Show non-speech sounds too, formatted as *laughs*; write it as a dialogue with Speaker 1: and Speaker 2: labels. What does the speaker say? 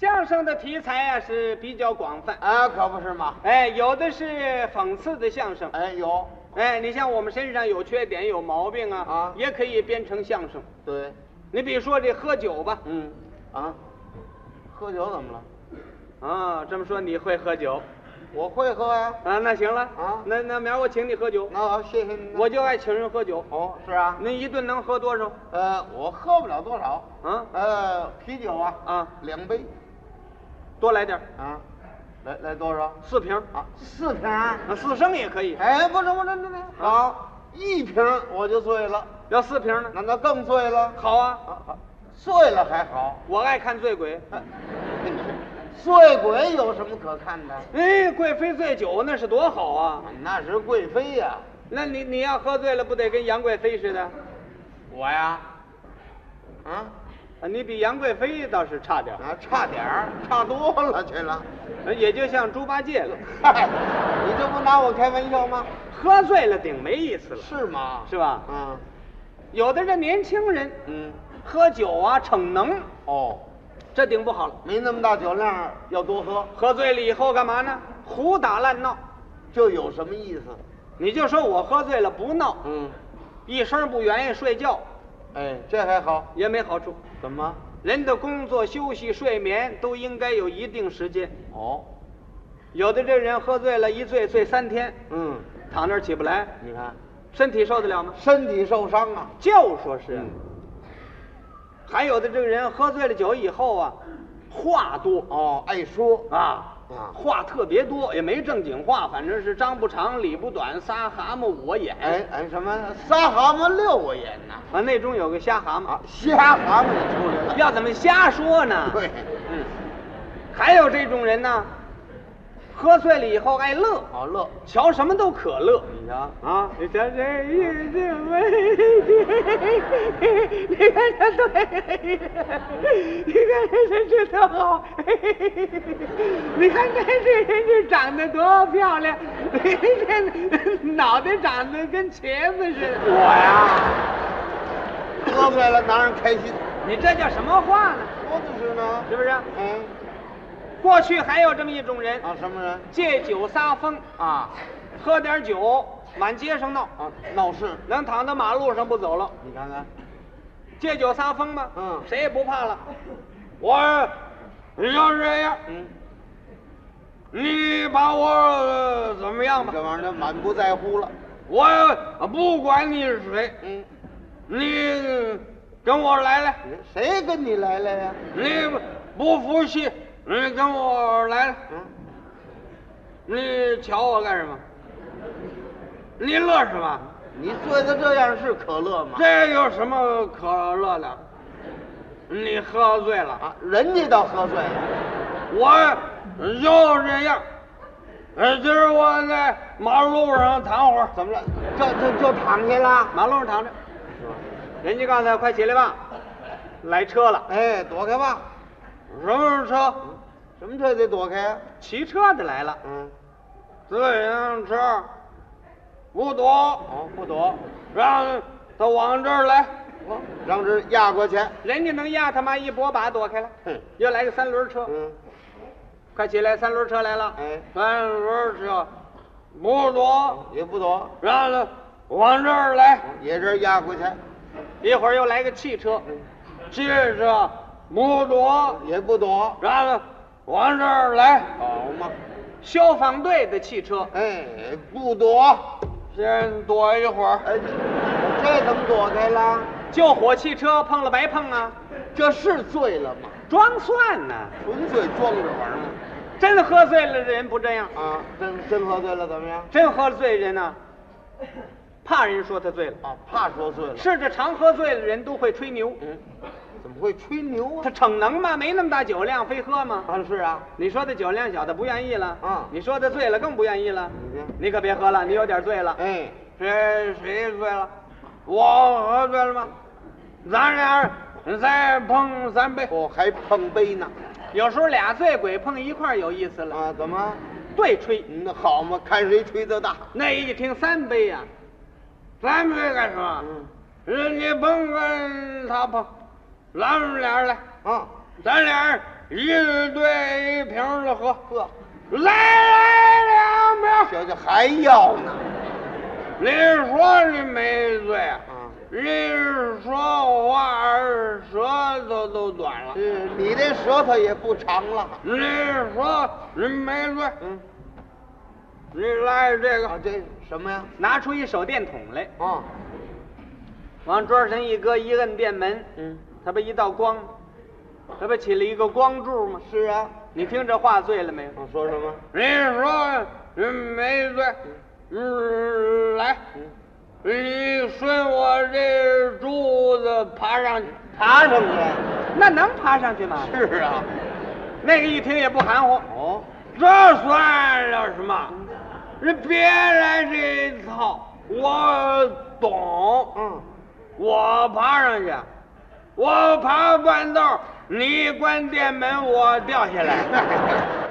Speaker 1: 相声的题材啊是比较广泛，
Speaker 2: 哎，可不是嘛。
Speaker 1: 哎，有的是讽刺的相声，
Speaker 2: 哎，有，
Speaker 1: 哎，你像我们身上有缺点有毛病啊，
Speaker 2: 啊
Speaker 1: 也可以编成相声。
Speaker 2: 对，
Speaker 1: 你比如说这喝酒吧，
Speaker 2: 嗯，啊，喝酒怎么了？
Speaker 1: 啊，这么说你会喝酒，
Speaker 2: 我会喝呀、
Speaker 1: 啊，那行了，
Speaker 2: 啊
Speaker 1: 那那明儿我请你喝酒，
Speaker 2: 那好，谢谢您。
Speaker 1: 我就爱请人喝酒，
Speaker 2: 哦，是啊，
Speaker 1: 您一顿能喝多少？
Speaker 2: 呃，我喝不了多少，
Speaker 1: 啊，
Speaker 2: 呃，啤酒啊，
Speaker 1: 啊，
Speaker 2: 两杯，
Speaker 1: 多来点儿，
Speaker 2: 啊，来来多少？
Speaker 1: 四瓶儿，
Speaker 2: 啊，四瓶儿。
Speaker 1: 啊四升也可以，
Speaker 2: 哎，不是不是，不
Speaker 1: 啊
Speaker 2: 是，好，一瓶儿我就醉了，
Speaker 1: 要四瓶呢？
Speaker 2: 那那更醉了。
Speaker 1: 好啊，
Speaker 2: 啊，好醉了还好， *laughs*
Speaker 1: 我爱看醉鬼。
Speaker 2: 哎醉鬼有什么可看的？
Speaker 1: 哎，贵妃醉酒那是多好啊！
Speaker 2: 那是贵妃呀、
Speaker 1: 那你你要喝醉了，不得跟杨贵妃似的？
Speaker 2: 我呀，啊
Speaker 1: 啊，你比杨贵妃倒是差点儿，啊
Speaker 2: 啊，差点儿，差多了去了。
Speaker 1: 也就像猪八戒了。
Speaker 2: 嗨，你这不拿我开玩笑吗？
Speaker 1: 喝醉了顶没意思了，
Speaker 2: 是吗？
Speaker 1: 是吧？
Speaker 2: 嗯
Speaker 1: 有的这年轻人
Speaker 2: 嗯，
Speaker 1: 喝酒啊逞能，
Speaker 2: 哦，
Speaker 1: 这顶不好了。
Speaker 2: 没那么大酒量，要多喝
Speaker 1: 喝醉了以后干嘛呢？胡打乱闹。
Speaker 2: 这有什么意思？
Speaker 1: 你就说我喝醉了不闹，
Speaker 2: 嗯，
Speaker 1: 一声不愿意睡觉
Speaker 2: 哎，这还好。
Speaker 1: 也没好处。
Speaker 2: 怎么？
Speaker 1: 人的工作、休息、睡眠都应该有一定时间。
Speaker 2: 哦，
Speaker 1: 有的这人喝醉了，一醉醉三天，
Speaker 2: 嗯，
Speaker 1: 躺那儿起不来，
Speaker 2: 你看，
Speaker 1: 身体受得了吗？
Speaker 2: 身体受伤啊。
Speaker 1: 就说是啊、
Speaker 2: 嗯
Speaker 1: 还有的这个人喝醉了酒以后啊，话多
Speaker 2: 哦，爱说
Speaker 1: 啊
Speaker 2: 啊
Speaker 1: 话特别多，也没正经话，反正是张不长李不短，仨蛤蟆五个眼。
Speaker 2: 哎哎，什么仨蛤蟆六个眼呐？
Speaker 1: 啊，那中有个瞎蛤蟆，
Speaker 2: 啊，瞎蛤蟆也出来了。
Speaker 1: 要怎么瞎说呢？
Speaker 2: *laughs* 对，
Speaker 1: 嗯，还有这种人呢，喝醉了以后爱乐，
Speaker 2: 好乐。
Speaker 1: 瞧什么都可乐。
Speaker 2: 你瞧，
Speaker 1: 啊，你瞧这日子没底，你看这对，你看这人吃多好，你看这这人这长得多漂亮，你这脑袋长得跟茄子似的。
Speaker 2: 我呀，喝醉了当然开心，
Speaker 1: 你这叫什么话呢？
Speaker 2: 说的是呢。
Speaker 1: 是不是？
Speaker 2: 嗯，
Speaker 1: 过去还有这么一种人，
Speaker 2: 啊，什么人？
Speaker 1: 借酒撒疯，
Speaker 2: 啊
Speaker 1: 喝点酒满街上闹，
Speaker 2: 啊，闹事。
Speaker 1: 能躺到马路上不走了。
Speaker 2: 你看看，
Speaker 1: 借酒撒疯吗？
Speaker 2: 嗯
Speaker 1: 谁也不怕了。我，你就是这样，
Speaker 2: 嗯，
Speaker 1: 你把我、呃怎么样吧？
Speaker 2: 这玩意儿满不在乎了。
Speaker 1: 我呃不管你是谁，
Speaker 2: 嗯，
Speaker 1: 你跟我来来，
Speaker 2: 谁跟你来了呀？
Speaker 1: 你不服气，你跟我来来，
Speaker 2: 嗯，
Speaker 1: 你瞧我干什么？你乐什么？
Speaker 2: 你醉的这样是可乐吗？
Speaker 1: 这有什么可乐的？你喝醉了。
Speaker 2: 啊，人家倒喝醉了。
Speaker 1: 我就这样，呃，今儿我在马路上躺会儿，
Speaker 2: 怎么了？这这就躺下了？
Speaker 1: 马路上躺着。人家告诉他快起来吧，来车了。
Speaker 2: 哎，躲开吧。
Speaker 1: 什么车？
Speaker 2: 什么这得躲开呀、
Speaker 1: 骑车的来了。
Speaker 2: 嗯，
Speaker 1: 自行车，不躲，
Speaker 2: 哦，不躲，
Speaker 1: 让他往这儿来。
Speaker 2: 哦让这压过去。
Speaker 1: 人家能压他妈一拨把躲开了。
Speaker 2: 哼，
Speaker 1: 又来个三轮车，
Speaker 2: 嗯，
Speaker 1: 快起来！三轮车来了。
Speaker 2: 哎
Speaker 1: 三轮车，不躲，
Speaker 2: 也不躲，
Speaker 1: 让他往这儿来。
Speaker 2: 也是压过去，
Speaker 1: 一会儿又来个汽车，汽车摩托，
Speaker 2: 也不躲，
Speaker 1: 然后往这儿来，
Speaker 2: 好嘛。
Speaker 1: 消防队的汽车，
Speaker 2: 哎，不躲，
Speaker 1: 先躲一会儿。
Speaker 2: 哎，这怎么躲开了？
Speaker 1: 救火汽车碰了白碰啊，
Speaker 2: 这是醉了吗？
Speaker 1: 装蒜呢、
Speaker 2: 纯粹装着玩儿吗？
Speaker 1: 真喝醉了的人不这样，
Speaker 2: 啊，真真喝醉了怎么样？
Speaker 1: 真喝醉的人呢、怕人说他醉了。
Speaker 2: 啊，怕说醉了。
Speaker 1: 是这常喝醉的人都会吹牛，
Speaker 2: 嗯，怎么会吹牛
Speaker 1: 他
Speaker 2: 啊？
Speaker 1: 逞能吗？没那么大酒量，非喝吗？
Speaker 2: 啊，是啊，
Speaker 1: 你说他酒量小，他不愿意了。
Speaker 2: 嗯
Speaker 1: 你说他醉了，更不愿意了。
Speaker 2: 你看
Speaker 1: 你可别喝了，你有点醉了。
Speaker 2: 哎，
Speaker 1: 谁谁醉了？我喝醉了吗？咱俩再碰三杯。
Speaker 2: 哦，还碰杯呢。
Speaker 1: 有时候俩醉鬼碰一块儿有意思了，
Speaker 2: 啊，怎么？
Speaker 1: 对吹。
Speaker 2: 嗯那好嘛，看谁吹得大。
Speaker 1: 那一听三杯呀、三杯干什么？
Speaker 2: 嗯，
Speaker 1: 人家碰跟他碰，咱们俩人来，
Speaker 2: 啊，
Speaker 1: 咱俩人日对一瓶的喝，
Speaker 2: 呵，
Speaker 1: 来来两瓶。
Speaker 2: 这这还要呢？
Speaker 1: 你说你没醉啊
Speaker 2: 啊？
Speaker 1: 你说话儿舌头都短了。
Speaker 2: 是你这舌头也不长了。
Speaker 1: 你说你没醉，
Speaker 2: 嗯，
Speaker 1: 你来这
Speaker 2: 啊
Speaker 1: 个，，
Speaker 2: 这什么呀？
Speaker 3: 拿出一手电筒来，
Speaker 2: 啊，
Speaker 3: 往桌上一搁，一摁电门，
Speaker 2: 嗯，
Speaker 3: 它不一道光，它不起了一个光柱吗？
Speaker 2: 是啊。
Speaker 3: 你听这话醉了没有？
Speaker 2: 我啊说什么？
Speaker 1: 你说你没醉，嗯，来，你顺我这柱子爬上去。
Speaker 2: 爬上去？
Speaker 3: 那能爬上去吗？
Speaker 2: 是啊。
Speaker 3: 那个一听也不含糊，
Speaker 2: 哦，
Speaker 1: 这算了什么？你别来这一套，我懂。
Speaker 2: *laughs* 嗯，
Speaker 1: 我爬上去，我爬半道儿，你关店门，我掉下来。